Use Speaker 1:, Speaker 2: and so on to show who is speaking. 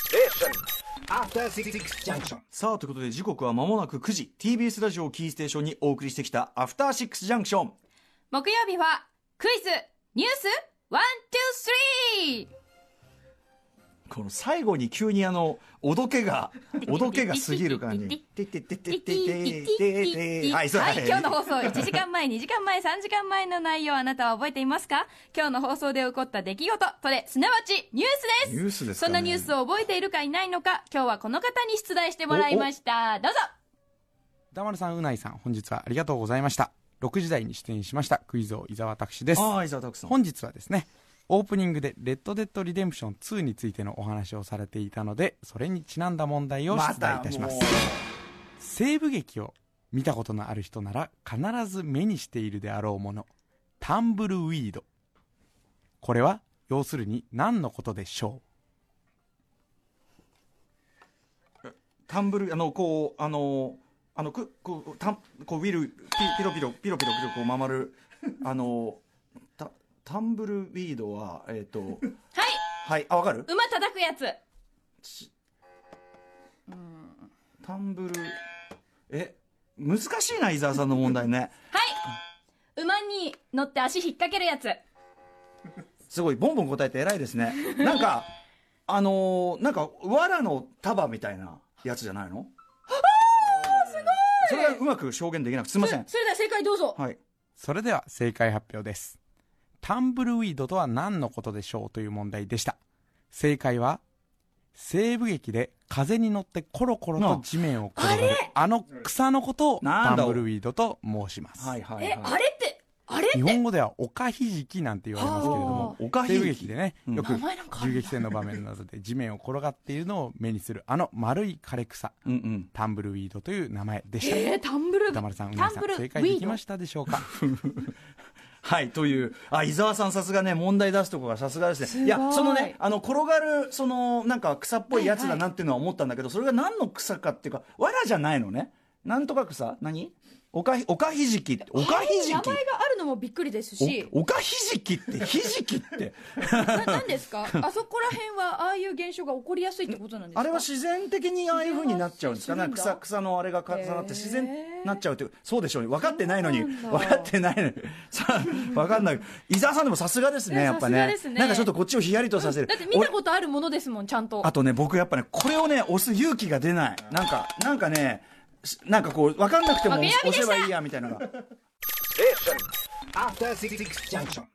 Speaker 1: Station. After Six Junction.
Speaker 2: さあということで時刻は間もなく9時 TBS ラジオをキーステーションにお送りしてきた「アフターシックスジャンクション
Speaker 3: 木曜日はクイズニュースワンツースリー」
Speaker 2: この最後に急にあのおどけ がおどけが過ぎる感じ
Speaker 3: はい、
Speaker 2: そう
Speaker 3: 今日の放送1時間前、2時間前、3時間前の内容あなたは覚えていますか今日の放送で起こった出来事、それ、すなわちニュースです
Speaker 2: ニュースですか
Speaker 3: そ
Speaker 2: ね
Speaker 3: んなニュースを覚えているかいないのか、今日はこの方に出題してもらいました。どうぞ
Speaker 4: 歌丸さんうないさん本日はありがとうございました6時台に出演しましたクイズ王伊沢拓司です
Speaker 2: ああ伊沢拓さん
Speaker 4: 本日はですねオープニングで「レッド・デッド・リデンプション2」についてのお話をされていたのでそれにちなんだ問題を出題いたします、西部劇を見たことのある人なら必ず目にしているであろうものタンブルウィードこれは要するに何のことでしょ
Speaker 2: タンブルあのこうあのあのくこうたこうウィルピピロピロピロピロピロこう回るあのタタンブルウィードはえっと
Speaker 3: はい
Speaker 2: はいあわかる
Speaker 3: 馬叩くやつ。
Speaker 2: タンブルえ難しいな伊沢さんの問題ね
Speaker 3: はい馬に乗って足引っ掛けるやつ。
Speaker 2: すごいボンボン答えて偉いですねなんかあのーなんか藁の束みたいなやつじゃないのあすごいそれはうまく表現できなくてすいません
Speaker 3: それでは正解どうぞ。
Speaker 2: はいう
Speaker 4: それでは正解発表ですタンブルウィードとは何のことでしょうという問題でした正解は西部劇で風に乗ってコロコロと地面を転がるあの草のことを
Speaker 2: な
Speaker 4: タ
Speaker 2: んだ
Speaker 4: ンブルウィードと申します、
Speaker 2: はいはい、
Speaker 3: え、あ
Speaker 2: はい、
Speaker 3: れって、あれって
Speaker 4: 日本語ではおかひじきなんて言われますけれども
Speaker 2: おか
Speaker 4: 西
Speaker 2: ひ
Speaker 4: 部
Speaker 2: い
Speaker 4: 劇
Speaker 2: き
Speaker 4: でね、よく
Speaker 3: 名前なんかある
Speaker 4: 銃撃戦の場面などで地面を転がっているのを目にするあの丸い枯れ草、
Speaker 2: うんうん
Speaker 4: タンブルウィードという名前でした。
Speaker 3: えー、タンブル、
Speaker 4: 歌丸さん、うなぎさん、正解できましたでしょうか
Speaker 2: はい、という、あ、伊沢さんさすがね、問題出すとこがさすがですね。
Speaker 3: ごい
Speaker 2: や、そのね、あの、転がる、その、なんか草っぽいやつだなっていうのは思ったんだけど、それが何の草かっていうか、藁じゃないのね。なんとか草何おかひ、おかひじき。おかひじ
Speaker 3: 名前
Speaker 2: き
Speaker 3: があるのもびっくりですし、
Speaker 2: おおかひじきって、ひじき って。
Speaker 3: ななんです かあそこら辺はああいう現象が起こりやすいってことなんですか
Speaker 2: あれは自然的にああいう風になっちゃうんですか
Speaker 3: 自
Speaker 2: ね。
Speaker 3: 然発生
Speaker 2: 草、
Speaker 3: するんだ
Speaker 2: 草のあれが重なって自然
Speaker 3: へー
Speaker 2: なっちゃうという。そうでしょうね。分かってないのに。
Speaker 3: そうなんだ
Speaker 2: 分かってないのに。さあ、分かんない。伊沢さんでもさすがですね、
Speaker 3: ね
Speaker 2: やっぱ
Speaker 3: さすが
Speaker 2: ね
Speaker 3: です。ね
Speaker 2: なんかちょっとこっちをヒヤリとさせる。
Speaker 3: だって見たことあるものですもんちゃんと
Speaker 2: あとね、僕やっぱね、これをね、押す勇気が出ない。なんか、なんかね、しなんかこう、わかんなくても押
Speaker 3: おみやびで
Speaker 2: 押
Speaker 3: した
Speaker 2: せばいいや、みたいなのが。
Speaker 1: Station. After Six Junction.